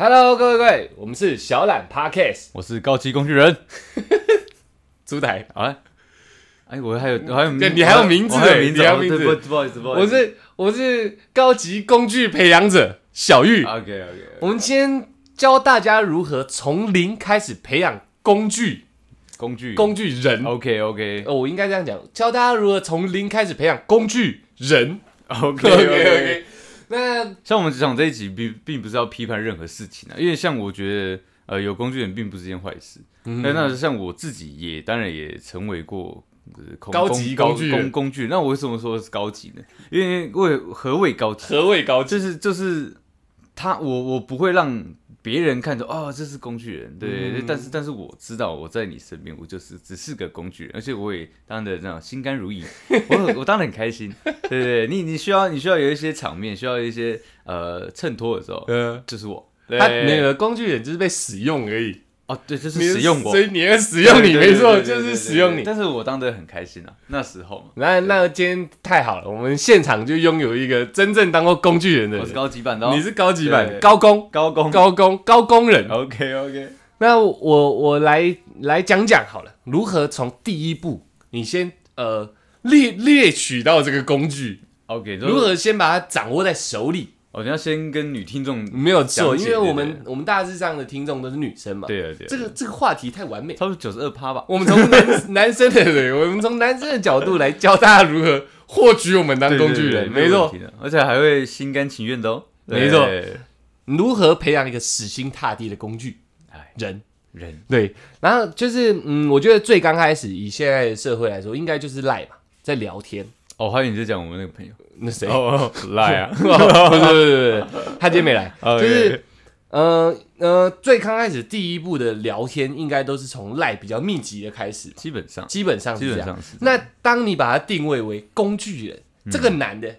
Hello，各位各位，我们是小懒 Podcast 我是高级工具人。猪台，好了，哎，我还有，我还有，嗯对你还有名字我还有欸名字，你还有哦名字对不不好意思，不好意我思，是我是高级工具培养者小玉。 OK OK，我们今天教大家如何从零开始培养工具工具工具人。 ，OK OK 呃，我应该这样讲，教大家如何从零开始培养工具人。 OK OK，那像我们职场这一集并并不是要批判任何事情啊，因为像我觉得，呃，有工具人并不是件坏事。嗯那那像我自己也当然也成为过。呃工高级工工具人工工具人，那我为什么说是高级呢？因为为何谓高级？何谓高级？就是就是他，我我不会让别人看着哦，这是工具人，对，嗯但是但是我知道我在你身边，我就是只是个工具人，而且我也当的那种心甘如饴，我很我当然很开心，对对对，你你需要你需要有一些场面，需要一些呃衬托的时候，呃，就是我，他那对个工具人就是被使用而已，哦对，就是你使用我所，以你要使用你，对对没错，对对对就对是对使用对你。但是我当的很开心啊，那时候嘛，那那今天太好了，我们现场就拥有一个真正当过工具人的我是人，高级版的、哦，你是高级对版高工高工高工高工人。 ，OK OK，那我我来来讲讲好了，如何从第一步，你先呃猎猎取到这个工具， OK，如如果何先把它掌握在手里？我们要先跟女听众，没有错，讲解因为我对们对我们大致上的听众都是女生嘛，对啊对啊，这个这个话题太完美了。差不多九十二趴吧。我们从男男生的对，我们从男生的角度来教大家如何获取我们当工具人，没错。，而且还会心甘情愿的哦，没错对如何培养一个死心塌地的工具哎人？人对，然后就是嗯，我觉得最刚开始以现在的社会来说，应该就是赖嘛，在聊天。哦，还有你在讲我们那个 朋友那谁？哦，赖啊，不是不是不是，他今天没来，哦就是。呃呃，最刚开始第一步的聊天，应该都是从赖比较密集的开始， 基本上基本上基是这本样。嗯上是那当你把它定位为工具人，这个男的，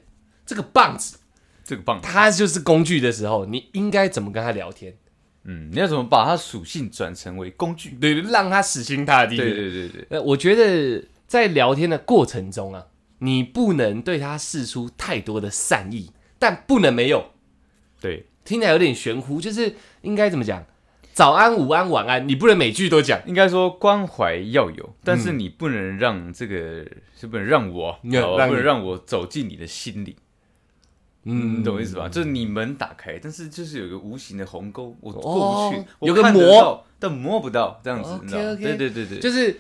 这个棒子，这个棒，他就是工具的时候，你应该怎么跟他聊天？嗯，你要怎么把它属性转成为工具？对，让他死心塌地。对对对对，呃，我觉得在聊天的过程中啊，你不能对他示出太多的善意，但不能没有。对，听起来有点玄乎，就是应该怎么讲？早安、午安、晚安，你不能每句都讲。应该说关怀要有，但是嗯你不能让这个，是不能让我，好你看让吧你不能让我走进你的心里，嗯你懂我意思吧？就是你门打开，但是就是有个无形的鸿沟，我哦过不去，我有个看得膜哦到，但摸不到，这样子，你知道吗？ OK，OK 对对对对，就是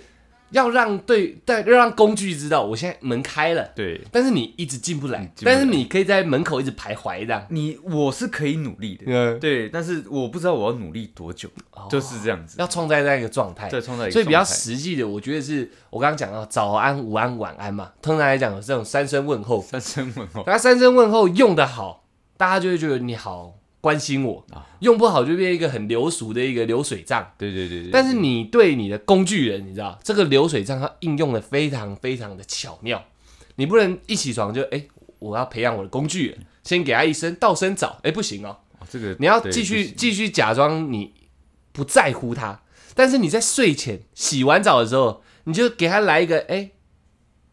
要让对，但要让工具知道我现在门开了，对但是你一直进不来，嗯进不来但是你可以在门口一直徘徊这样。你，我是可以努力的，嗯，对，但是我不知道我要努力多久，就是这样子，哦要创造这样一个状态。再创造一个状态，所以比较实际的，我觉得是我刚刚讲到早安、午安、晚安嘛，通常来讲有这种三声问候，三声问候 大家三声问候用的好，大家就会觉得你好关心我；啊用不好就变一个很流俗的一个流水账。对对对对，但是你对你的工具人，你知道这个流水账它应用的非常非常的巧妙，你不能一起床就哎、诶我要培养我的工具人，先给他一声道声早，哎、不行哦，哦这个你要对继续不行继续假装你不在乎他，但是你在睡前洗完澡的时候，你就给他来一个哎、诶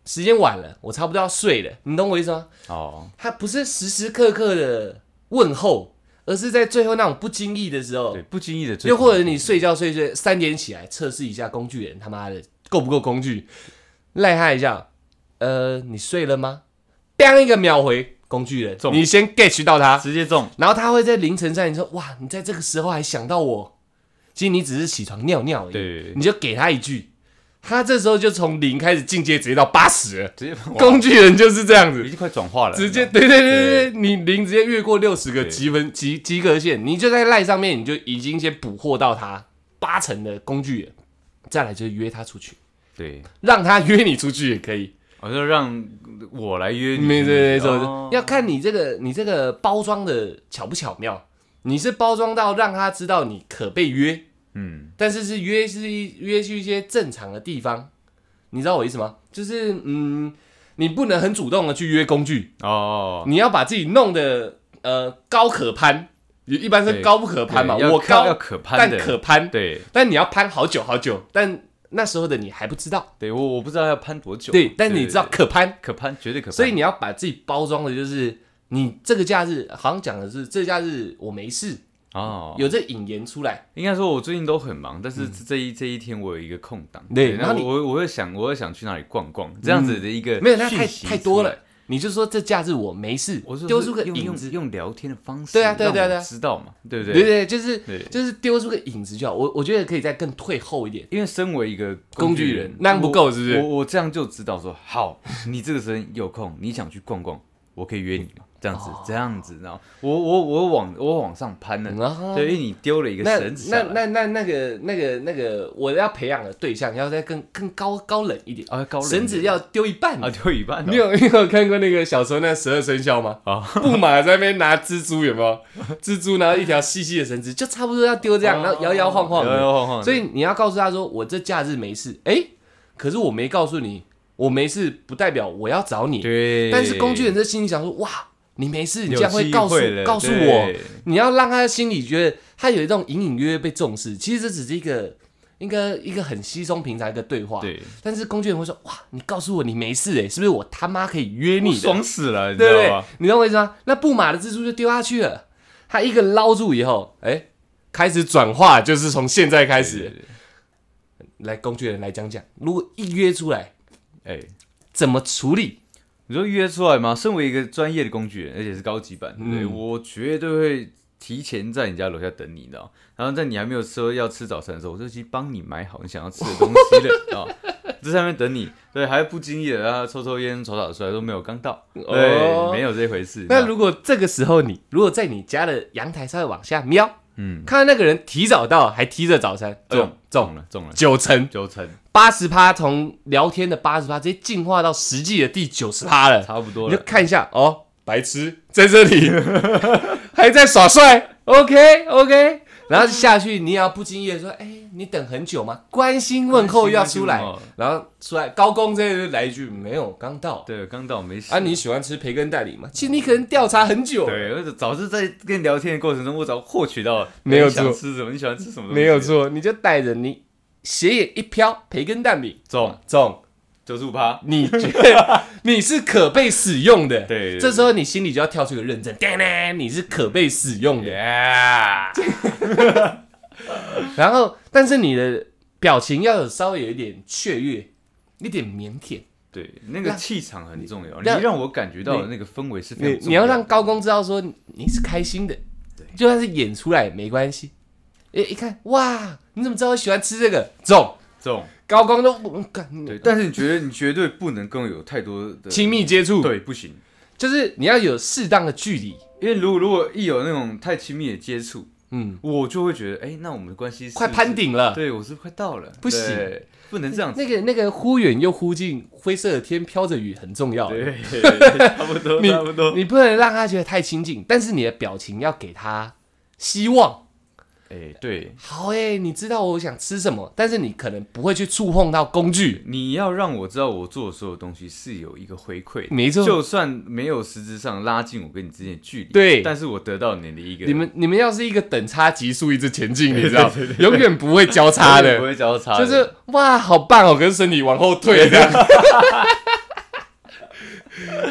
时间晚了，我差不多要睡了，你懂我意思吗？哦，他不是时时刻刻的问候，而是在最后那种不经意的时候，对，不经意的，又或者你睡觉睡睡三点起来测试一下工具人他妈的够不够工具，赖他一下，呃，你睡了吗？当一个秒回工具人，中你先 get 到他，直接中，然后他会在凌晨三点说：“哇，你在这个时候还想到我，其实你只是起床尿尿而已。”对你就给他一句，他这时候就从零开始进阶，直接到八十了。直接工具人就是这样子已，经快转化了，直接你知道对吗对对对，对，你零直接越过六十个对积分及及格线，你就在赖上面，你就已经先捕获到他八成的工具人，再来就是约他出去，对，让他约你出去也可以，我就让我来约你，没错没错，嗯哦要看你这个你这个包装的巧不巧妙，你是包装到让他知道你可被约，嗯，但是是约是一约去一些正常的地方，你知道我意思吗？就是嗯，你不能很主动的去约工具，哦，你要把自己弄得呃高可攀，一般是对高不可攀嘛。对要我看高，要可攀但的，可攀，对但你要攀好久好久，但那时候的你还不知道，对，我我不知道要攀多久，对，但你知道可攀，可攀，绝对可攀，所以你要把自己包装的就是你这个假日好像讲的是这个假日我没事，哦，有这引言出来，应该说，我最近都很忙，但是这一、这一天我有一个空档，嗯对然那后我我我会想，我会想去哪里逛逛，这样子的一个嗯没有那太讯息太多出了来。。你就说这假日我没事我，说丢是出个用影用子，用聊天的方式，对啊对啊对啊对啊知道嘛，对不对对？对，就是对就是丢出个影子就好。我我觉得可以再更退后一点。因为身为一个工具人那样不够是不是我我我这样就知道说，好，你这个时间有空，你想去逛逛，我可以约你嘛，这样子，哦这样子，然后我我我往我往上攀了，嗯啊对，因为你丢了一个那绳子下那来，那那那个那个那个，我要培养的对象要再更更高高冷一点，啊，高人绳子要丢一半。啊丢一半哦，你有你有看过那个小时候那十二生肖吗？啊 布马在那边拿蜘蛛有没有？蜘蛛然后一条细细的绳子，就差不多要丢这样，然后摇摇晃晃哦摇的。摇晃晃的，所以你要告诉他说，我这假日没事。诶，可是我没告诉你，我没事不代表我要找你。对，但是工具人这心里想说，哇，你没事，你有竟然会机告诉会了告诉我对，你要让他心里觉得他有一种隐隐约约被重视。其实这只是一个应该一个很稀松平常的对话。对，但是工具人会说，哇，你告诉我你没事诶、欸是不是我他妈可以约我你的？爽死了，你知对不对道吗？？你懂我意思吗？那布马的蜘蛛就丢下去了，他一个捞住以后，哎、开始转化，就是从现在开对始。来，工具人来讲讲，如果一约出来哎，怎么处理？你说约出来吗？身为一个专业的工具人，而且是高级版，对不对、嗯我绝对会提前在你家楼下等你，你知道？然后在你还没有吃要吃早餐的时候，我就去帮你买好你想要吃的东 西了，啊，在上面等你。对，还不经意的啊，抽抽烟、吵吵出来，都没有刚到，哦对，没有这回事。那你知道如果这个时候你如果在你家的阳台稍微往下瞄，嗯，看到那个人提早到，还提着早餐，哎呦中中了，中了，九成九成，八十趴，从聊天的八十趴直接进化到实际的第九十趴了。差不多你就了。看一下哦，白痴在这里 还在耍帅，OK OK，然后下去你也要不经意的说，哎、你等很久吗？关心问候又要出来关心问候，然后出来高工这就来一句没有刚到对，刚到没事。啊，你喜欢吃培根蛋里吗？其实你可能调查很久，对，我早是在跟你聊天的过程中，我早获取到没有你想错吃什么，你喜欢吃什么，没有，错，你就带着你斜眼一瞟，培根蛋饼中中，九十五趴。你觉 得你是可被使用的，对对对这时候你心里就要跳出一个认证，当当，你是可被使用的。Yeah，然后，但是你的表情要有稍微有一点雀跃，一点腼腆。对，那个气场很重要，你让让我感觉到的那个氛围是非你常重你要的让高工知道说你是开心的，就算是演出来也没关系。一一看，哇，你怎么知道我喜欢吃这个？中这种高工都嗯干对，但是你觉得你绝对不能够有太多的亲密接触，，对，不行，就是你要有适当的距离，因为如果如果一有那种太亲密的接触，嗯，我就会觉得，哎，那我们的关系是快攀，顶了。对我是快到了，不行对，不能这样子，那个那个忽远又忽近，灰色的天飘着雨很重要。对，差不多， 你差不多，你不能让他觉得太亲近，但是你的表情要给他希望。哎，对，好诶、你知道我想吃什么，但是你可能不会去触碰到工具。你要让我知道我做的所有东西是有一个回馈的，没错就算没有实质上拉近我跟你之间的距离，对但是我得到你的一个你们你们要是一个等差级数一直前进，你知道，对对永远不会交 叉 不的，会交叉的，就是哇，好棒哦，可是身体往后退这样。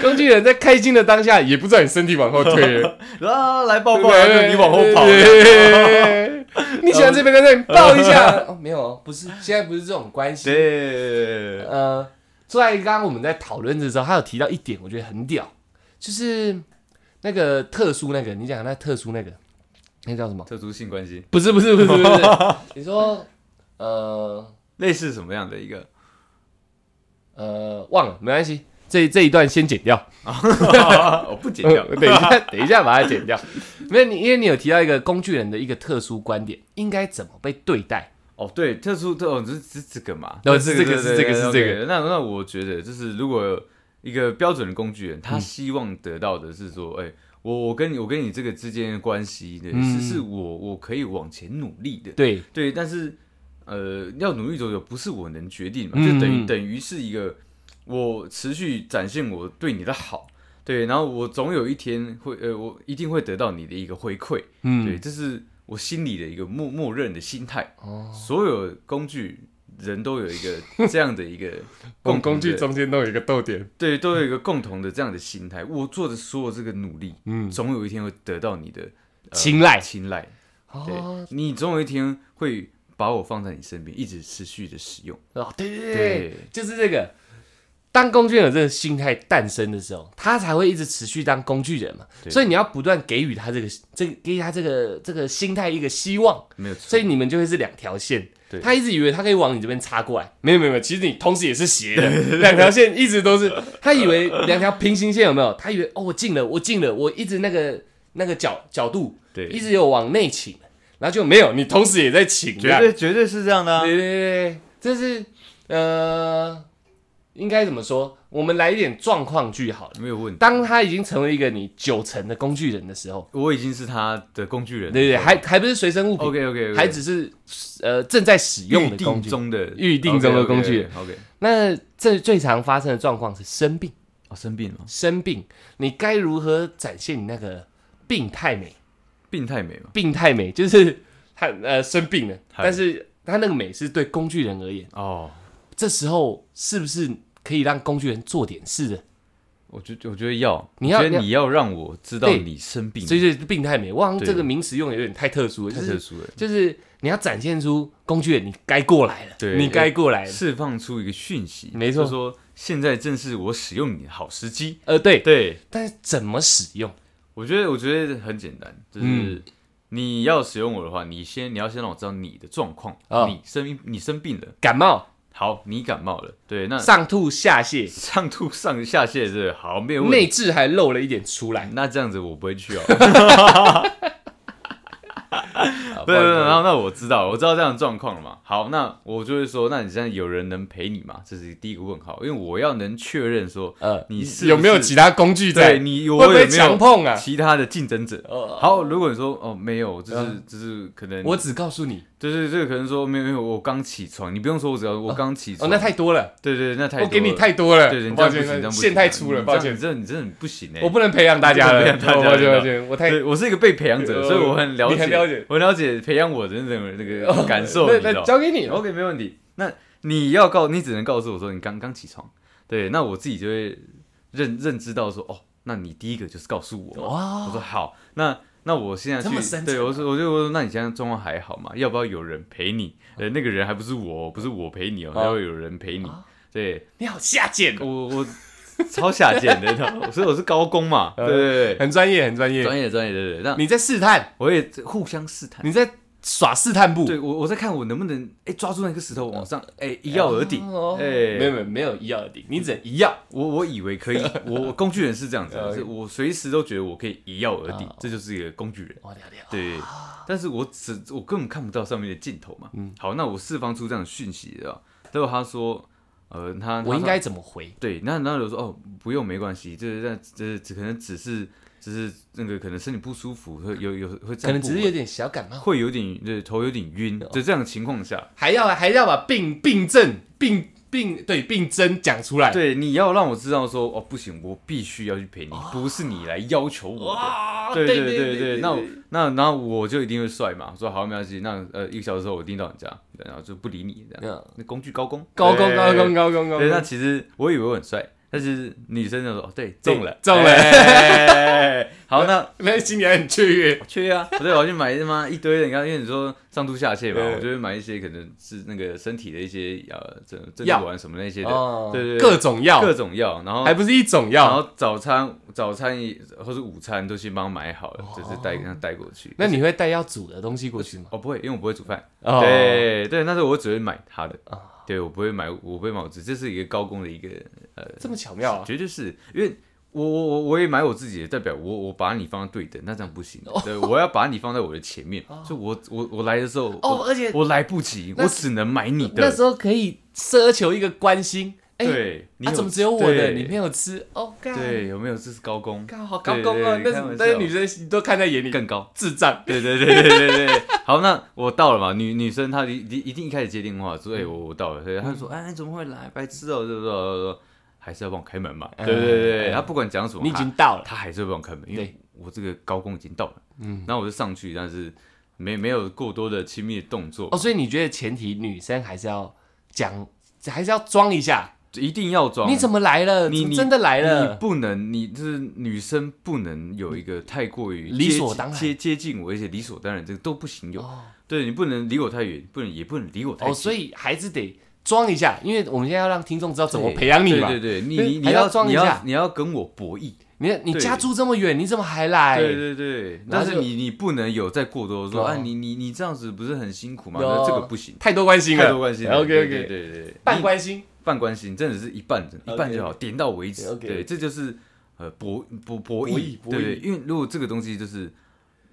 工具人在开心的当下，也不知道你身体往后 退了，啊，来抱对抱，然后你往后跑，啊对 你喜欢这边跟这里抱一 下，哦没有哦，不是，现在不是这种关系。对，呃，在刚刚我们在讨论的时候，他有提到一点，我觉得很屌，就是那个特殊那个，你讲那特殊那个，那叫什么？特殊性关系不是不是不是不是不是， 你说呃类似什么样的 一个？呃忘了，没关系，这这一段先剪掉，，我哦不剪掉等一下等一下把它剪掉。 没有你，因为你有提到一个工具人的一个特殊观点，应该怎么被对待？哦，对，特殊特哦，这是这个嘛？哦是这个对是这个对是对这个 OK，那那我觉得就是，如果一个标准的工具人，他希望得到的是说，哎，我我跟你我跟你这个之间的关系的，嗯是是我我可以往前努力的，对，对，但是呃，要努力多久不是我能决定嘛，嗯就等于等于是一个我持续展现我对你的好，对，然后我总有一天会呃，我一定会得到你的一个回馈，对，嗯，这是我心里的一个默默认的心态。哦所有工具人都有一个这样的一个共 工同工具的中间都有一个逗点，对，都有一个共同的这样的心态。我做的所有这个努力，嗯，总有一天会得到你的呃青睐。青睐。哦对，你总有一天会把我放在你身边，一直持续的使用。哦，对对对，对就是这个。当工具人有这个心态诞生的时候，他才会一直持续当工具人嘛。对所以你要不断给予他这个、这个、给予他这个、这个心态一个希望，没有所错，以你们就会是两条线对。他一直以为他可以往你这边插过来，没有没有没有，其实你同时也是斜的，两条线一直都是。他以为两条平行线有没有？他以为哦，我进了，我进了，我一直那个那个角角度对，一直有往内倾，然后就没有，你同时也在倾，这绝样对绝对是这样的、啊。对对对对，这是呃，应该怎么说？我们来一点状况剧好了。没有问题，当他已经成为一个你九成的工具人的时候，我已经是他的工具人对对对，了。还还不是随身物品 OK OK，还只是呃正在使用的工定具。中的哦预定中的工具。 OK，那这最常发生的状况是生病，哦，生病了，生病，你该如何展现你那个病态美？病态美嘛，病态美就是他呃生病了，嗨但是他那个美是对工具人而言。哦，这时候是不是可以让工具人做点事的？嗯我觉我觉得要，你要我觉得你要让我知道对你生病，所以就是病态美，我好像对这个名词用的有点太特殊了，太就特是殊了，就是你要展现出工具人你该过来了，对你该过来了，释放出一个讯息，没错就说现在正是我使用你的好时机。呃对，对，但是怎么使用？我觉得我觉得很简单，就是嗯你要使用我的话，你先你要先让我知道你的状况，哦你生你生病了，感冒、好，你感冒了，对，那上吐下泻，上吐上下泻是好，没有问内题。痔还露了一点出来，那这样子我不 会去哦。啊对对对，然不后那我知道了，我知道这样的状况了嘛。好，那我就会说，那你现在有人能陪你吗？这是第一个问号，因为我要能确认说，呃，你是不是有没有其他工具对在？你会我不有会没强有碰啊？其他的竞争者？呃，好，如果你说哦没有，就是嗯就是可能我只告诉你，就是这个可能说没有没有，我刚起床，你不用说，我只要我刚起哦，床，那太多了，对对，那太我给你多了太多了对对，，你这抱样不行，歉这样不，行线太粗了，你抱这样歉你，这你真的不行哎，我不能培养大家不了，能培养大家抱歉了抱歉，我太对，我是一个被培养者，呃所以我很了解，你很了解哦我很了解培养我的那种那个感受，那你知那道交给你了。 ？OK，没问题。那你要告，你只能告诉我说你刚刚起床，对，那我自己就会认认知到说，哦，那你第一个就是告诉我嘛，哇我说好，那那我现在哦这么去，深对层我说我就我说那你现在状况还好吗？要不要有人陪你？呃，那个人还不是我，不是我陪你哦，哦要有人陪你啊。对你好下贱哦，我我超下贱的，你知道吗所 以我是高工嘛，对对很专业，很专对，业。专业专业对对，对那你在试探，我也互相试探。你在耍试探步，对我，我在看我能不能哎、抓住那个石头往上哎、一跃而顶哦哎、没有没有没有一要的顶，你只能一要。我我以为可以，我我工具人是 这样子的，呃是我随时都觉得我可以一跃而顶啊，这就是一个工具人。我聊聊，对，但是我只我根本看不到上面的尽头嘛。嗯好，那我释放出这样的讯息啊，最后他说，呃，他我他应说该怎么回？对，那那我说哦，不用，没关系，就是那这只可能只是只是那个可能身体不舒服，会有有会可站能不只是有哦稳点小感冒，会有点对头有点晕，在这样的情况下，还要还要把病病症病病对病症讲出来。对你要让我知道说哦，不行，我必须要去陪你，不是你来要求我的。哇，对对对对对，那我那那我就一定会帅嘛，我说好没关系，那呃一个小时后我一定到你家，对然后就不理你这样嗯，那工具高工高工对高工高工高对，那工，其实我以为我很帅，但是女生就说哦对中了中了 哎好那那心里还很雀跃。去啊，对，我要去买他妈一堆的，你看，因为你说上吐下泻嘛，对我就会买一些可能是那个身体的一些呃镇镇药定丸什么那些的，哦对对对各种药，各种药，然后还不是一种然药。后早餐早餐也或是午餐都先帮我买好哦了，就是带让带过去。那你会带要煮的东西过去吗？哦不会，因为我不会煮饭。哦，对对，但是我只会买他的哦。对，我不会买，我不会买我自己，这是一个高工的一个，这么巧妙啊！绝对是因为我我我我也买我自己的，代表我我把你放在对等，那这样不行。哦对， 我要把你放在我的前面，就我我我来的时候，哦，我而且我来不及，那我只能买你那的。时候可以奢求一个关心，哎、对，你啊，有怎么只有我的？对你没有吃？哦，干，对，有没有？这是高工，干，好高工哦！对但对开玩是笑但是女生都看在眼里，更高。智障。对对对对对 对。好，那我到了嘛，女女生她一定一定一开始接电话嗯说，哎、我我到了，对，她就说，哎，你怎么会来？白痴哦、对不对？对对还是要帮我开门嘛，对对对对，她不管讲什么，哎你已经到了，她还是会帮我开门，因为对我这个高工已经到了，嗯，然后我就上去，但是没没有过多的亲哦密的动作，哦，所以你觉得前提女生还是要讲，还是要装一下，一定要装。你怎么来了？你怎么你真的来你了？不能，你就是女生不能有一个太过于理接所近当然接接近我，而且理所当然这个都不行有。哦对你不能离我太远，不能也不能离我太近。哦，所以还是得装一下，因为我们现在要让听众知道怎么对培养你嘛。对对对，你对你你还要要装一你要下你要跟我博弈。你你对家住这么远，你怎么还来？对对对，哎然但后是就你你不能有再过多哦说，啊，你你你这样子不是很辛苦吗？哦那这个不行，太多关心了，太多关心了。 OK 对对 OK，对对对，半你关心。半关心，真的是一半的，一半就好，点到为止。 OK 对，这就是呃博博博博弈弈，博弈对对，因为如果这个东西就是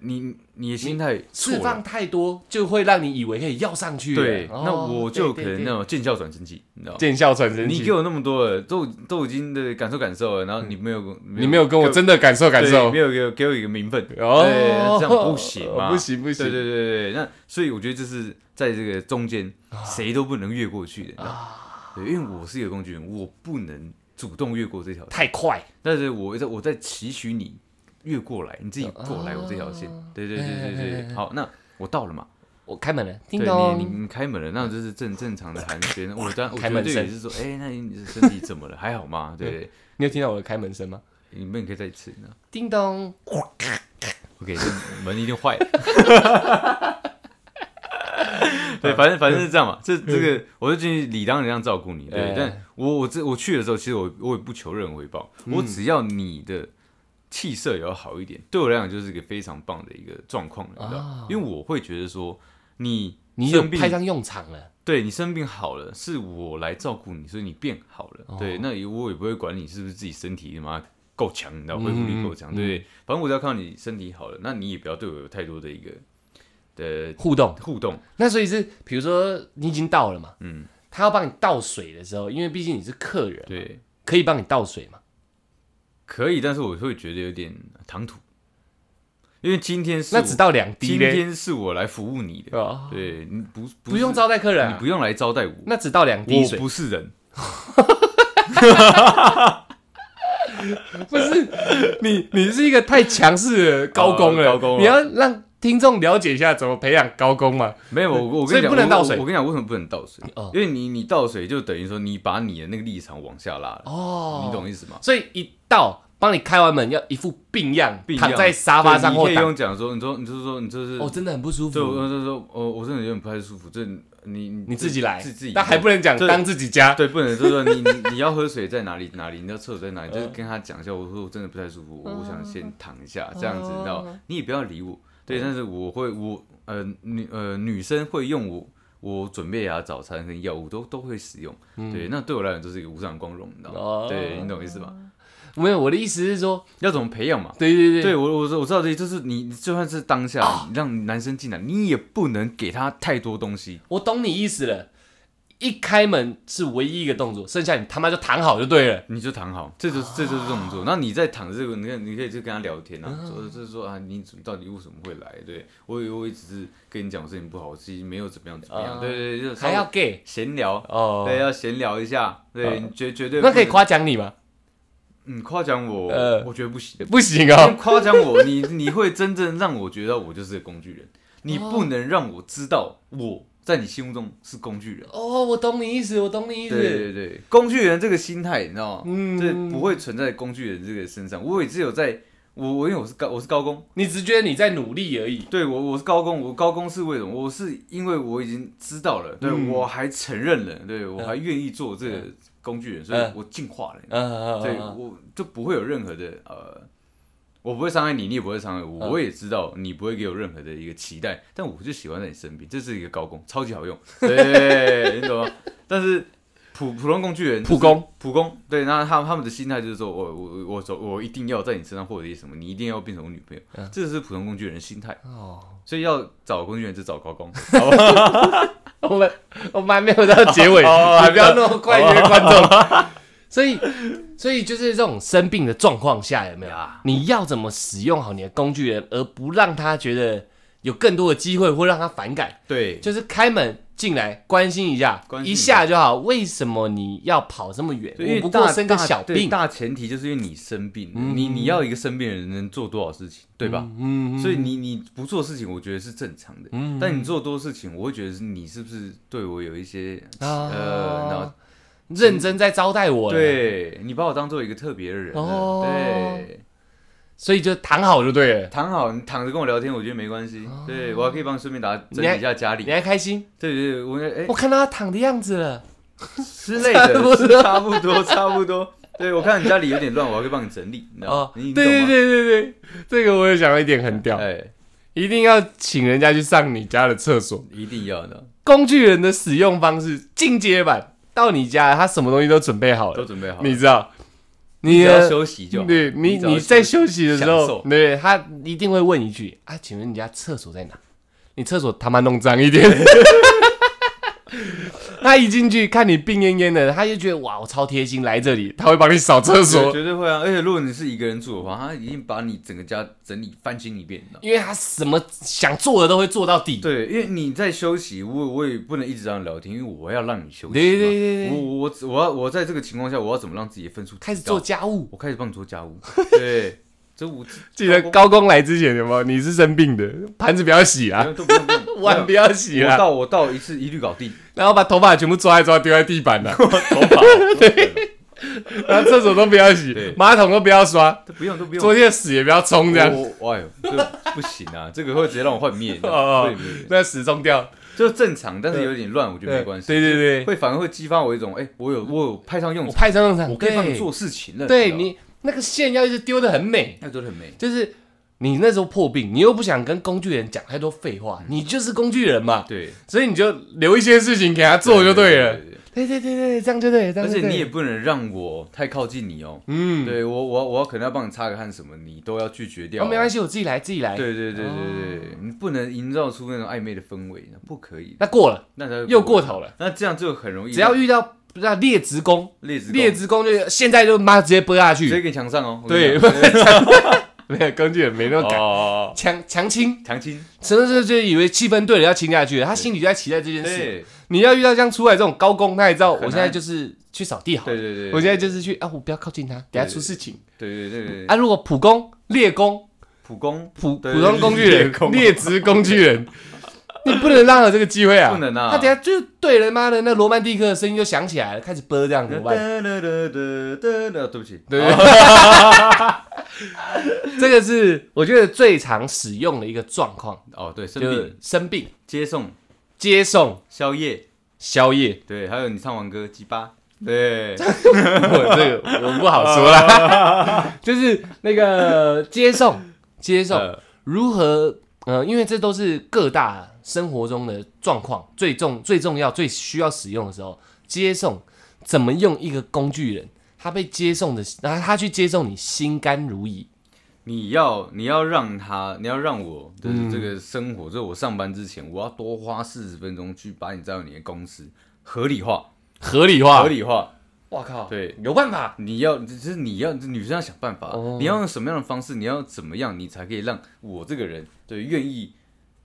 你你的心态错释了，放太多，就会让你以为可以要上去了。对，哦那我就有可对能对那种见效转生气，你知道吗？见笑传真你记给。我那么多了，都都已经的感受感受了，然后你没有嗯你没有跟我给真的感受感对受没有给我给我一个名分，哦对，这样不行嘛，不行不行对对对对，那所以我觉得这是在这个中间啊谁都不能越过去的，你知道吗对，因为我是一个工具人，我不能主动越过这条线，太快，但是我在我在期许你越过来，你自己过来我这条线，哦对对对对对，好，那我到了嘛，我开门了，叮对你你咚，你开门了，那就是正正常的寒暄，我当嗯我开门绝对也声嗯是说，哎，那你身体怎么了？还好吗？对对，你有听到我的开门声吗？你们可以再一次呢。叮咚， OK，这门一定坏了。对，反正反正是这样嘛。这这个，我就进去理当人这样照顾你。对哎，但我我这我去的时候，其实我我也不求任何回报，我只要你的气色也要好一点，对我来讲就是一个非常棒的一个状况了，你知道吗？因为我会觉得说，你你有生病派上用场了，对你生病好了，是我来照顾你，所以你变好了。哦对，那也我也不会管你是不是自己身体他妈够强，你知道恢复力够强，对嗯不对？反正我只要看到你身体好了，那你也不要对我有太多的一个的互动。互动。那所以是，比如说你已经到了嘛，嗯，他要帮你倒水的时候，因为毕竟你是客人，对，可以帮你倒水嘛？可以，但是我会觉得有点唐突，因为今天是那我只倒两滴今嘞，天是我来服务你的，哦，对你不不用是招待客人你啊、不用来招待我，那只倒两滴我水，不是人， 不是你，你是一个太强势的高工了，哦高工了你要让听众了解一下怎么培养高工嘛。没有，我我所跟以你讲，不能我倒我水我跟你讲，为什么不能倒水哦？因为你你倒水就等于说你把你的那个立场往下拉了，哦你懂意思吗？所以一到帮你开完门，要一副病样，不一样躺在沙发上对或你可以打，用讲说，你说你就是说你就是哦，，真的很不舒对，我服。我就是说，哦，我真的有点不太舒服，这你你自己来，自自己，但还不能讲这当自己家。 对，不能就是说你你你要喝水在哪里哪里，你要厕所在哪里，就是跟他讲一下，我说我真的不太舒服，我我想先躺一下，这样子，你知道，你也不要理我，对，但是我会我呃女呃女生会用我。我准备啊，早餐跟药物都都会使用，对，那对我来讲就是一个无上光荣，你知道哦吗？对你懂意思吧？没有，我的意思是说，要怎么培养嘛？对对对，对我我我知道的，就是你你就算是当下、你让男生进来，你也不能给他太多东西。我懂你意思了。一开门是唯一一个动作，剩下你他妈就躺好就对了。你就躺好，这就是这就是动啊作。那你在躺这个，你看你可以就跟他聊天嗯啊，说就是说啊，你怎么到底为什么会来？对我以为我也只是跟你讲我身体不好，我其实没有怎么样怎么样。啊对对对，就稍还微要 gay 闲聊，哦，啊对，要闲聊一下，对，你绝绝对那可以不能，夸奖你吗？嗯，夸奖我，呃我觉得不行。不行因哦为，夸奖 我，你你会真正让我觉得我就是个工具人，你不能让我知道我在你心目中是工具人。哦，我懂你意思，我懂你意思。对对对，工具人这个心态，你知道吗？嗯这不会存在工具人这个身上。我也只有在我我因为我是高我是高工，你只觉得你在努力而已。对我我是高工，我高工是为什么？我是因为我已经知道了，对、嗯我还承认了，对我还愿意做这个工具人，所以嗯我进化了，嗯，所以我就不会有任何的呃。我不会伤害你，你也不会伤害我。嗯我也知道你不会给我任何的一个期待，但我就喜欢在你身边，这是一个高工，超级好 用，对，你懂吗？但是普普通工具人、普工，普工，对，那他他们的心态就是说我我我走，我一定要在你身上获得一些什么，你一定要变成我女朋友，嗯这是普通工具人的心态。哦，所以要找工具人就找高工，我们我们还没有到结尾， 哦你不要那么快约观众。 所以，所以就是这种生病的状况下，有没有呀？你要怎么使用好你的工具人，而不让他觉得有更多的机会，或让他反感？对，就是开门进来关心一下，关心一一下下就好。为什么你要跑这么远？对因我为不大过生个大小对病，大前提就是因为你生病了，嗯你你要一个生病的人能做多少事情，对吧？嗯，所以你你不做事情，我觉得是正常的。嗯但你做多事情，我会觉得是你是不是对我有一些、啊呃，然后认真在招待我了，，对你把我当做一个特别的人了，哦对，所以就躺好就对了，躺好，你躺着跟我聊天，我觉得没关系，对我还可以帮顺便打整理一下家里哦你，还开心？对对，对我哎我看到他躺的样子了，之类差不的，多是差不多差不多，对我看你家里有点乱，我还可以帮你整理，你知道哦吗？，你对你对懂吗？对对对，这个我也想到一点很屌，哎，一定要请人家去上你家的厕所。一定要的，工具人的使用方式进阶版，到你家他什么东西都准备好都了，准备好了，你知道？你只的要休息就好，对你只要你在息休息的时享候受，对他一定会问一句啊，请问你家厕所在哪？你厕所他妈弄脏一 点。他一进去看你病恹恹的，他就觉得哇，我超贴心来这里，他会帮你扫厕 对所，绝对会啊！而且如果你是一个人住的话，他已经把你整个家整理翻新一遍，你知道吗因为他什么想做的都会做到底。对，因为你在休息，我我也不能一直让你聊天，因为我要让你休息嘛。对对对对我我我我要我在这个情况下，我要怎么让自己的分数开始提高做？家务，我开始帮你做 家务。对，这我记得高高工来之前有没有？你是生病的，盘子不要洗啊，工都不用不用碗不要洗 我啊，到我到一次一律搞定，然后把头发全部抓一抓丢在地板啊， 头发对，然后厕所都不要洗对，马桶都不要刷，都不用都不用。昨天的屎也不要冲这样。我我哎呦，这不行啊！这个会直接让我啊幻灭，你知道 哦吗哦会灭，那始终掉，就正常，但是有点乱，我觉得没关系。对对对，会反而会激发我一种，哎，我有我有派上用我场，派上用场，我可以帮你对做。事情了。对知道吗，你那个线要一直丢的很美，那做的很美。就是你那时候破病，你又不想跟工具人讲太多废话，你就是工具人嘛，嗯对，所以你就留一些事情给他做就对了。对对对对对对，这样就对了，这而样就且对了。你也不能让我太靠近你哦。嗯，对我，我我可能要帮你擦个汗什么，你都要拒绝掉、哦，没关系。系，我哦自己来，自己来。对对对对对，你不能营造出那种暧昧的氛围，那不可以。那过了那才会又过，头了，那这样就很容易。只要遇到那劣职工，劣质劣质，职工就现在就妈直接拨下直接 去。给你墙上哦。对我跟你讲没有工具人没那种感，哦，强强亲，强亲。真的是就以为气氛对了要亲下去了，他心里就在期待这件事。对你要遇到这样出来这种高工，他也知道很我难现在就是去扫地好对了，对对，我现在就是去啊，我不要靠近他，等下出事情对对对对，啊。如果普工、猎工、普工普对普通工具人猎、工劣质工具 人，你不能让有这个机会啊！不能啊他等下就对了，妈的，那罗曼蒂克的声音就响起来了，开始播这样怎么办？哒哒哒哒哒，对不起，对 不对？这个是我觉得最常使用的一个状况，哦对，生就是病生病、接送接送、宵夜，宵夜。 对，还有你唱完歌鸡巴，对，我这个我不好说啦， 就是那个接送接送呃如何？呃，因为这都是各大生活中的状况，最重最重要、最需要使用的时候，接送怎么用一个工具人，他被接送的，然后他去接送你，心甘如饴。你要你要让他，你要让我就嗯是这个生活，就是我上班之前，我要多花四十分钟去把你带到你的公司，合理化，合理化，合理化。我靠，对，有办法，你要就是你要女生要想办法，哦你要用什么样的方式，你要怎么样，你才可以让我这个人对愿意。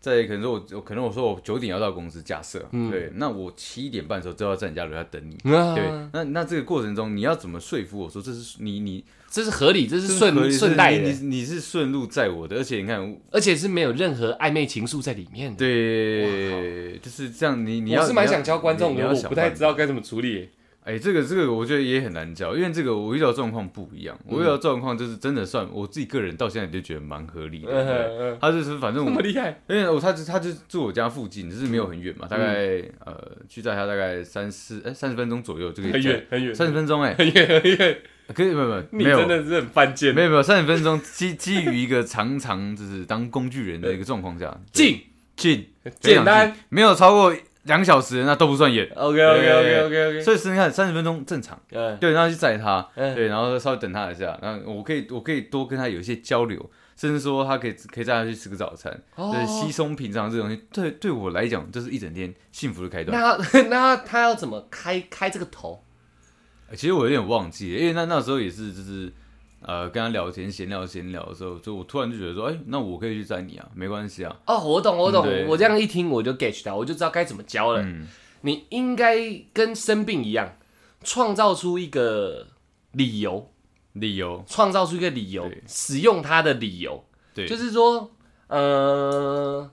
在可能说我，我可能我说我九点要到公司，假设、嗯对，那我七点半的时候就要在你家楼下等你。啊对，那那这个过程中，你要怎么说服我说这是你你这是合理，这这是是顺合顺带你的，你你是顺路载我的，而且你看而且是没有任何暧昧情愫在里面的。对，就是这样。你你要我是蛮你要想教观众你的，要我想不太办法知道该怎么处理。哎、这个这个我觉得也很难教，因为这个我遇到状况不一样。我遇嗯到状况就是真的算我自己个人到现在就觉得蛮合理的。嗯哼对嗯他就是反 正这我么，厉害，因为我他就他就住我家附近，就是没有很远嘛，大嗯概、呃去载他大概三四哎三十分钟左右就可以很远很远三十分钟哎、很远很 远，可以没有你没有真没有。的是很犯贱没。有没有，三十分钟基基于一个常常就是当工具人的一个状况下，对进 近简单，没有超过两小时那都不算远。 ，OK OK OK OK OK，所以是你看三十分钟正常，嗯对，然后去载他，嗯对，然后稍微等他一下，然后我可以我可以多跟他有一些交流，甚至说他可以可以带他去吃个早餐，哦对，稀松平常这种东西，对对我来讲就是一整天幸福的开端。那 那他要怎么开开这个头？呃其实我有点忘记了，因为那那时候也是就是。呃，跟他聊天闲聊闲聊的时候，就我突然就觉得说，哎、那我可以去载你啊，没关系啊。哦，我懂我懂嗯对，我这样一听我就 get 到，我就知道该怎么教了。嗯，你应该跟生病一样，创造出一个理由，理由创造出一个理由对，使用它的理由，对，就是说，呃。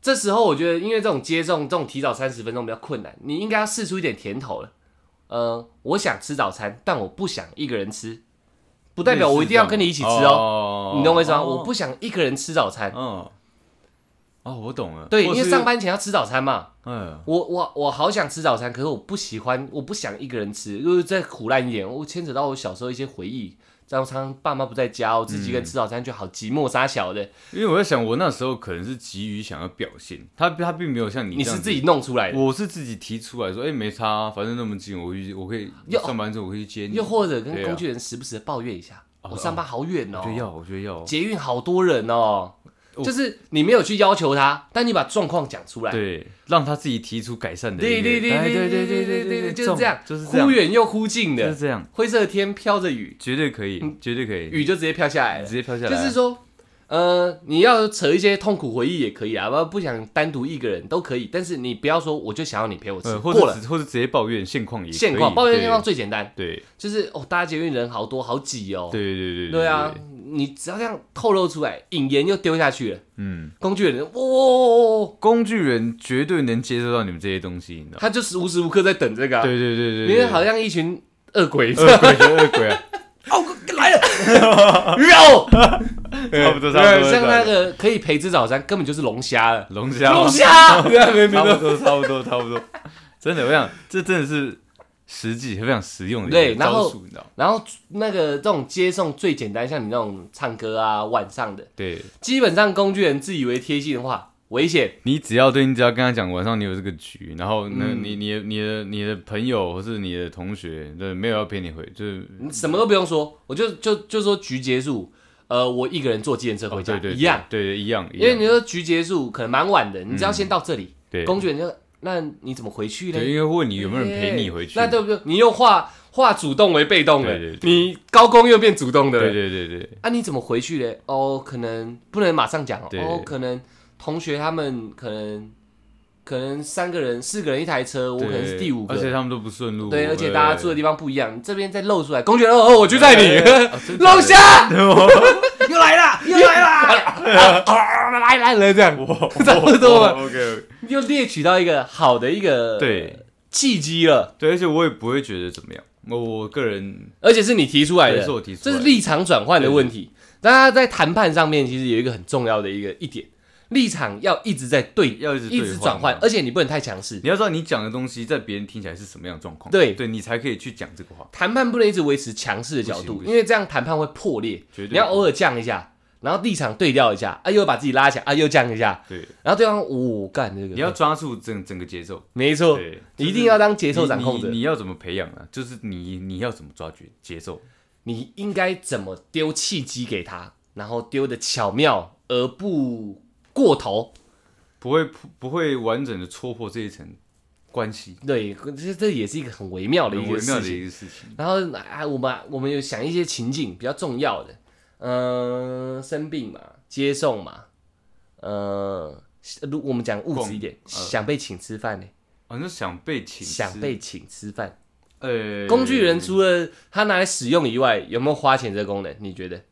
这时候我觉得，因为这种接送这种提早三十分钟比较困难，你应该要试出一点甜头了。呃，我想吃早餐，但我不想一个人吃，不代表我一定要跟你一起吃哦，哦你懂我意思吗？哦我不想一个人吃早餐，嗯，哦，我懂了。对，因或为是上，班前要吃早餐嘛。嗯，我我我好想吃早餐，可是我不喜欢，我不想一个人吃，就是在苦烂一点，我牵扯到我小时候一些回忆。这样常常爸妈不在家，我自己一个嗯人吃早餐就好寂寞傻小的，因为我在想，我那时候可能是急于想要表现，他他并没有像你你是这样子自己，弄出来的。我是自己提出来说，哎、没差、啊，反正那么近，我去，我可以又上班之后我可以接你。又或者跟对啊工具人时不时的抱怨一下，哦我上班好远我哦，觉得要，我觉得要，捷运好多人哦。哦就是你没有去要求他，但你把状况讲出来，对，让他自己提出改善的对一个。对对哎对对对对对对对对，就是中这样，就是这忽样，远又忽近就是的，这样，灰色天飘着雨，绝对可以，绝对可以，雨就直接飘下来了直。接飘下来就啊。是说，呃，你要扯一些痛苦回忆也可以啊，不不想单独一个人都可以，但是你不要说我就想要你陪我吃，呃，或过者了只或者直接抱怨现况也可以现况抱怨对现况最简单，对就是哦，大家捷运人好多好挤哦，对对对对对啊，，你只要这样透露出来，引言又丢下去了，嗯。工具人哇、哦，工具人绝对能接受到你们这些东西，你知道吗？他就是无时无刻在等这个、啊，对对对因对对，呃为好像一群恶鬼， 哦恶鬼就恶鬼啊，肉， 差不多差不对多，像那差不多个可以陪吃早餐，根本就是龙虾了，龙虾嘛，龙虾，对啊，没没差没不多差不多差不多，真的，我想这真的是实际非常实用的对一个然后招数，你知道吗？然后那个这种接送最简单，像你那种唱歌啊、晚上的，对基本上工具人自以为贴心的话，危险。你只要对你只要跟他讲晚上你有这个局，然后那你你的你的你的朋友或是你的同学，对，没有要陪你回，就是你什么都不用说，我就就就说局结束，呃，我一个人坐计程车哦回家、对对一样，，对对一样，因为一你样说局结束可能蛮晚的，你只要先到这里，对工具人就那你怎么回去对，嘞？因为问你有没有人陪你回去，那对不对？你又化化主动为被动了，对对对你高工又变主动的了，对对对对啊，你怎么回去嘞？哦，可能不能马上讲哦，对哦可能同学他们可能可能三个人、四个人一台车，我可能是第五而且个。他们都不顺路，对，而且大家住对的地方不一样，这边再露出来，公爵哦，哦我就在对你对对哦真 的龙虾又来啦，又来啦，啊来来来这样，哇，差不多了 OK，又猎取到一个好的一个对契机了，对，而且我也不会觉得怎么样，我我个人而且是你提出来的对是我提，出这来是的立场转换的问题。大家在谈判上面其实有一个很重要的一个一点，立场要一直在对，要一直一对直转换嘛，而且你不能太强势。你要知道你讲的东西在别人听起来是什么样的状况，对对你才可以去讲这个话，谈判不能一直维持强势的角不行度不，行因为这样谈判会破裂。绝对你要偶尔降一下，然后立场对调一下，啊，又把自己拉起来，啊，又降一下，对，然后对方哦，干这个，你要抓住整整个节奏，没错，对，一定要当节节奏掌控者你。你要怎么培养啊？就是你你要怎么抓节节奏，你应该怎么丢契机给他，然后丢的巧妙而不过头。不会不会完整的戳破这一层关系，对，这这也是一个很微妙的很一微个事妙的情。一个事情，然后啊，我们我们有想一些情境比较重要的，嗯、生病嘛，接送嘛，呃，如我们讲物质一点，想被请吃饭呢、反正哦想被呃请吃，想被请吃饭。呃工具人除了他拿来使用以外，有没有花钱这个功能？你觉得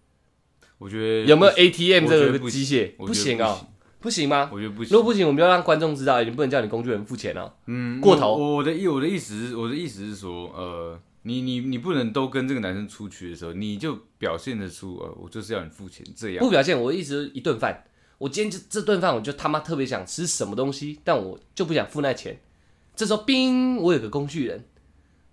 我觉得有没有不行 ATM 我觉得这个不机行械？我不觉得行哦，不行吗？我觉得不行。如果不行，我们就要让观众知道，你不能叫你工具人付钱哦。嗯过头我我我的意我的意思是我的意思是说，呃，你你你不能都跟这个男生出去的时候，你就表现得出，呃，我就是要你付钱这样。不表现，我的意思是一顿饭，我今天这这顿饭我就他妈特别想吃什么东西，但我就不想付那钱。这时候，冰，我有个工具人，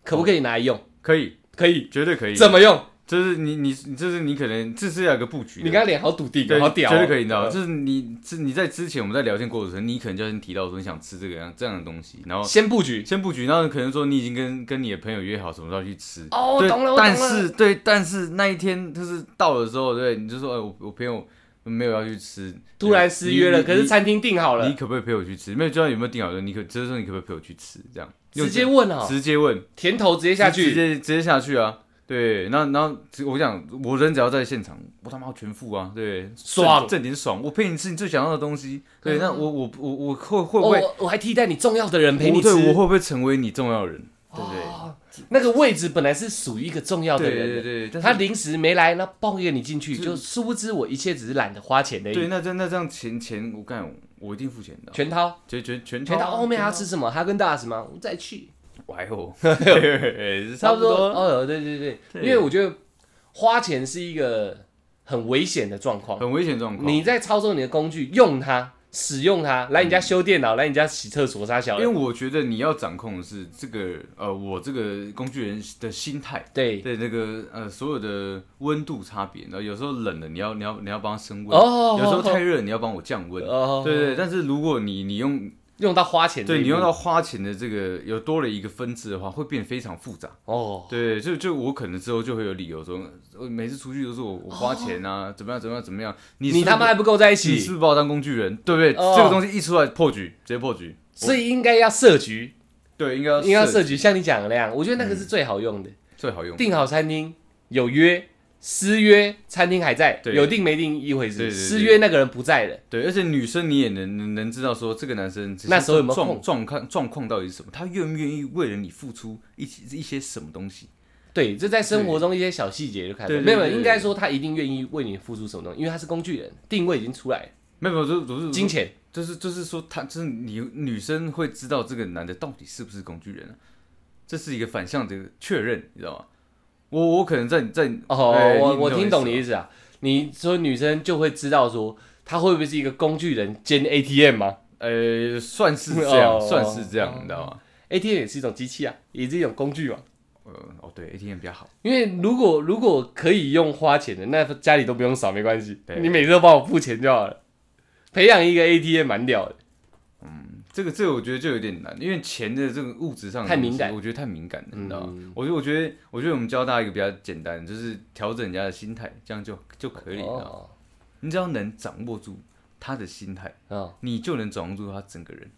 可不可以拿来用？哦可以，可以，绝对可以。怎么用？就是你你就是你可能这是要有个布局的。你刚才脸好笃定对，哦，好屌、哦，绝对可以，你知道吗，嗯就是你是你在之前我们在聊天过程中，你可能就先提到说你想吃这个样这样的东西，然后先布局。先布局，然后可能说你已经跟跟你的朋友约好什么时候去吃，哦，我对，懂了，我懂但了。是对，但是那一天就是到的时候，对，你就说，哎、我我朋友没有要去吃，突然失约了，你可是你餐厅订好你了，可不可以陪我去吃？没有知道有没有订好的，你可就是说你可不可以陪我去吃？这样直接用问这哦，直接问甜头直接下直去，接直接下去啊！对，那然后我想我人只要在现场，我他妈全付啊！对，爽挣挣点爽，我陪你吃你最想要的东西。对，嗯那我我我我会会哦不会、我我还替代你重要的人陪你我吃，对我会不会成为你重要的人？对不对？哦那个位置本来是属于一个重要的对人的对对对，他但是临时没来，那抱怨你进去，是就殊不知我一切只是懒得花钱而对，已。那这那这样钱钱我干，我一定付钱的啊。全掏，全全全全掏。哦掏后面还要吃什么？哈根达斯吗？我们再去。哇，哎 呦，对差不多，哦，对对对，对因为我觉得花钱是一个很危险的状况。很危险状况。你在操作你的工具，用它，使用它，来你家修电脑，来你家洗厕所，啥小因为我觉得你要掌控的是这个呃，我这个工具人的心态，对，对那个呃所有的温度差别，然后有时候冷了你要你要你要帮它升温，哦有时候太热你要帮我降温，哦，对对。但是如果你你用用到花钱这一对步，你用到花钱的这个有多了一个分支的话，会变得非常复杂。哦，对，就就我可能之后就会有理由说，我每次出去都是我我花钱啊，怎么样怎么样怎么样，你你是不是他妈还不够在一你是起，不是把我当工具人？对不对？哦这个东西一出来破局，直接破局。所以应该要设局，对，应该要应该要设嗯设局，像你讲的那样，我觉得那个是最好用的。最好用。订好餐厅有约，私约餐厅还在，对有订没订一回对事，对对私约那个人不在了。对，而且女生你也能能能知道说这个男生那时候有没有空状状况状况到底是什么，他愿不愿意为了你付出一些一些什么东西？对，这在生活中一些小细节就看到，对对没对有，没对有对应该说他一定愿意为你付出什么东西，因为他是工具人，定位已经出来了，没有，没有就是就是金，钱就是就是说他就是你女生会知道这个男的到底是不是工具人啊，这是一个反向的确认，你知道吗？我我可能在在哦，哎我你我听懂你意意思思啊，你说女生就会知道说他会不会是一个工具人兼 ATM 吗呃，算是这样，哦算是这样，你知道吗？ ？ATM 也是一种机器啊，也是一种工具嘛。呃，哦，对，ATM 比较好，因为如果如果可以用花钱的，那家里都不用扫，没关系对，你每次都帮我付钱就好了。培养一个 ATM 蛮屌的。嗯这个这个我觉得就有点难，因为钱的这个物质上的太东西敏感我觉得太敏感了，你知道吗嗯？我觉得我觉得我觉得我们教大家一个比较简单，就是调整人家的心态，这样就就可以了。你知道吗哦，你只要能掌握住他的心态，哦你就能掌握住他整个人。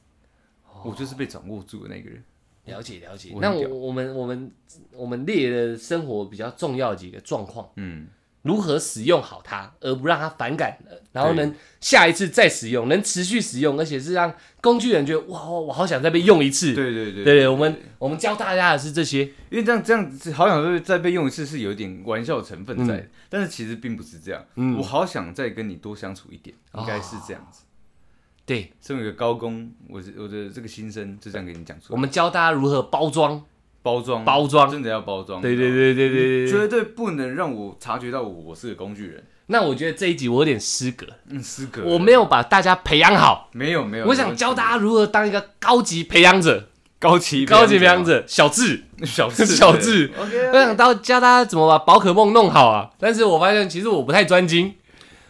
我就是被掌握住的那个人。了解了解。我很那屌我我们我们我们列了生活比较重要的几个状况，嗯，如何使用好它，而不让它反感，呃然后能下一次再使用，能持续使用，而且是让工具人觉得哇，我好想再被用一次。对对对对对，我们我们教大家的是这些，因为这样这样子，好想再再被用一次是有一点玩笑成分在的，嗯但是其实并不是这样。我好想再跟你多相处一点，啊应该是这样子。对身为一个高工，我是我的这个心声就这样给你讲出我来。们教大家如何包装包装，包装。真的要包装。对对对对对对对。绝对不能让我察觉到我是个工具人。那我觉得这一集我有点失格，嗯，失格。我没有把大家培养好。没有没有，我想教家大家如何当一个高级培养者，高级啊高级培养者小智。 小智小智 OK，我想到教大家怎么把宝可梦弄好啊，但是我发现其实我不太专精。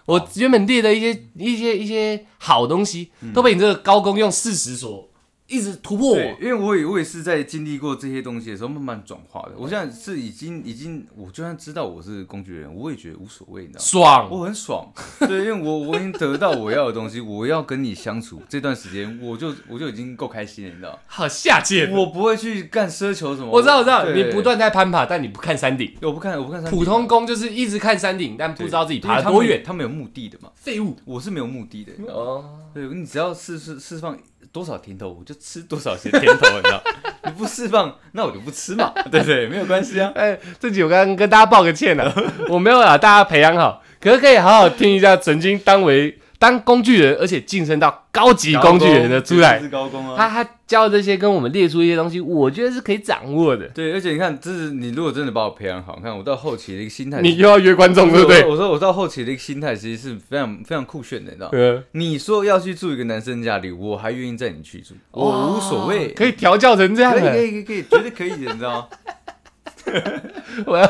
我哦原本列的一些一些一些好东西，嗯都被你这个高工用事实所一直突破对我。，因为我也我也是在经历过这些东西的时候慢慢转化的。我现在是已经已经，我就算知道我是工具人，我也觉得无所谓，你知道吗？爽，我很爽， 对，因为我我已经得到我要的东西，我要跟你相处这段时间，我就我就已经够开心了，你知道吗？好下贱。我不会去干奢求什么。我知道，我知道，对你不，断在攀爬，但你不看山顶。我不看我不看山普顶通工就是一直看山顶，但不知道自己对爬因为了他多们远。他们有目的的嘛，废物我是没有目的的，你知道吗哦，对你只要释释释放多少甜头，我就吃多 少些甜头，你知道？你不释放，那我就不吃嘛，对不对？没有关系啊。哎，这集我刚刚跟大家道个歉 了，我没有把大家培养好，可是可以好好听一下曾经当为当工具人，而且晋升到高级工具人的出来这，是高工啊。他他教的这些跟我们列出一些东西，我觉得是可以掌握的。对，而且你看，这是你如果真的把我培养好，你看我到后期的一个心态，你又要约观众，对不对？我说我到后期的一个心态，其实是非常非常酷炫的，你知道？呃，你说要去住一个男生家里，我还愿意载你去住，我无所谓，可以，以调教成这样欸可以，可的。以，可以，可以，绝对可以的，你 知道吗？我要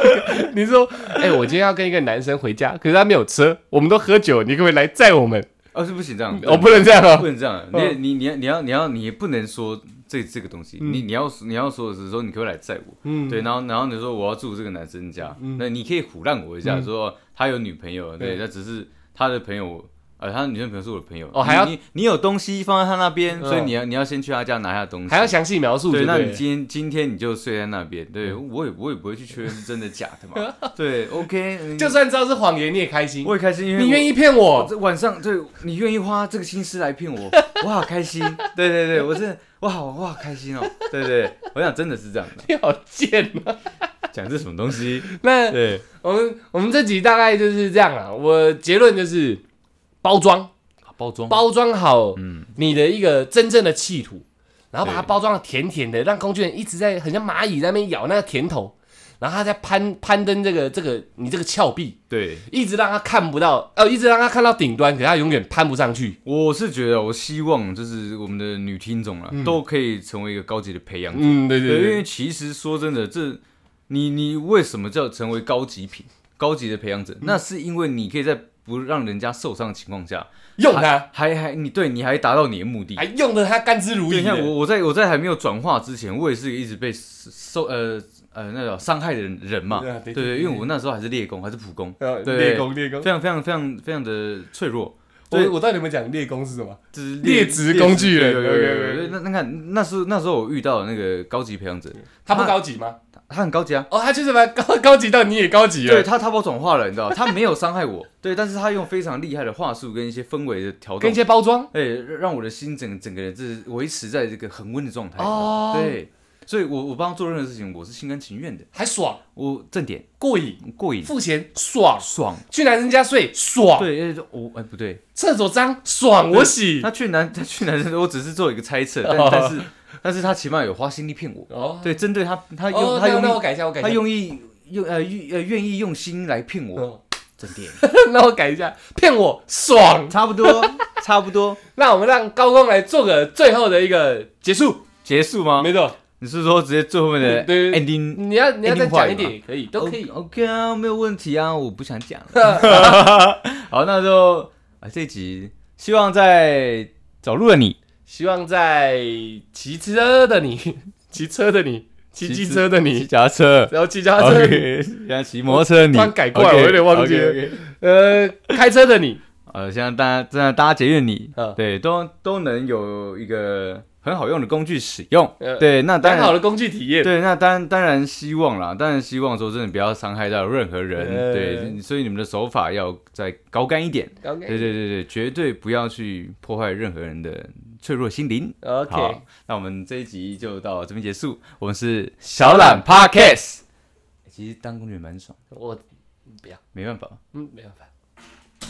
你说，哎，我今天要跟一个男生回家，可是他没有车，我们都喝酒，你可不可以来载我们？哦，是不行这样，我不能这样不啊。能这样，你你你你要你要你不能说这这个东西，你你要你要说的是说你可不可以来载我，嗯，对，然后然后你说我要住这个男生家，那你可以唬烂我一下，说他有女朋友，对，嗯对那只是他的朋友，呃，他的女生朋友是我的朋友，哦还要你你你有东西放在他那边，嗯所以你要你要先去他家拿下东西，还要详细描述，对，对不那你对？嗯今天今天你就睡在那边，对我也我也不会去确认是真的假的嘛， 对，OK，嗯就算知道是谎言，你也开心。我也开心，因为你我愿意骗我我？这晚上对你愿意花这个心思来骗我，我好开心。对对对，我真的我好我好开心哦。对对，我想真的是这样的。你好贱啊！讲这什么东西？ 那对，我们我们这集大概就是这样啊。我结论就是包装，包装包装好你的一个真正的企图，然后把它对包装的甜甜的，让工具人一直在很像蚂蚁在那边咬那个甜头，然后他在攀攀登这个这个你这个峭壁，对，一直让他看不到，呃，一直让他看到顶端，可他永远攀不上去。我是觉得，我希望就是我们的女听众啦，都可以成为一个高级的培养者。嗯，对对对，因对，为其实说真的，这你你为什么叫成为高级品、高级的培养者？嗯那是因为你可以在不让人家受伤的情况下，用它，还还你对你还达到你的目的还。用的他甘之如对，饴你看的。我我在我在还没有转化之前，我也是一直被受呃呃那种伤害的人人嘛。对啊对对对，对因为我那时候还是猎工，还是普工，呃对猎工，猎工，非常非常非常非常的脆弱。对我我到底有没有讲猎工是什么？就是劣质工具人有有有 OK，OK 有有。那那看那时候那时候我遇到的那个高级培养者，他不他高级吗？他很高级啊。哦，他就是把高高级到你也高级对了，他，他把我转化了，你知道，他没有伤害我，对，但是他用非常厉害的话术跟一些氛围的调跟动一，些包装。哎，让我的心整整个人就是维持在这个恒温的状态。哦对，所以我我帮他做任何事情，我是心甘情愿的，还爽、我正点过瘾、过瘾付钱爽，爽。去男生家睡爽，嗯对，哎，我哎不对，厕所脏爽，我洗。他去男他去男生，我只是做一个猜测，但哦但 是但是他起码有花心力骗我。哦，对，针对他，他哦用他那用那我力改一下，我改他一下。用意用呃愿呃愿意用心来骗我，哦 正点那我改一下，骗我爽。 差不多差不多那我们让高工来做个最后的一个结束，结束吗？没错。你是说直接最后面的对 ending 你要你要再一定会讲嘛一点也可以，都可以。 ？OK 啊，没有问题啊，我不想讲了。 好，那就啊这一集希望在找路的你希望在骑车的你、 骑车的你、骑机车的骑你，脚踏车。然后骑脚踏车的你， OK，现在骑摩托车的你，突然改过来我有点忘记了 OK，OK，OK 呃，开车的你，呃，现在大家现在大家节约你嗯，对，都都能有一个很好用的工具使用呃。对，那当良好然，的工具体 验。对，那当当然希望啦，当然希望说真的不要伤害到任何呃人。对，所以你们的手法要再高干一点。对 OK 对对对，绝对不要去破坏任何人的脆弱心灵。 OK，好，那我们这一集就到这边结束。我们是小懒哎 Podcast，其实当工具人蛮爽的，我不要，没办法，嗯，没办法，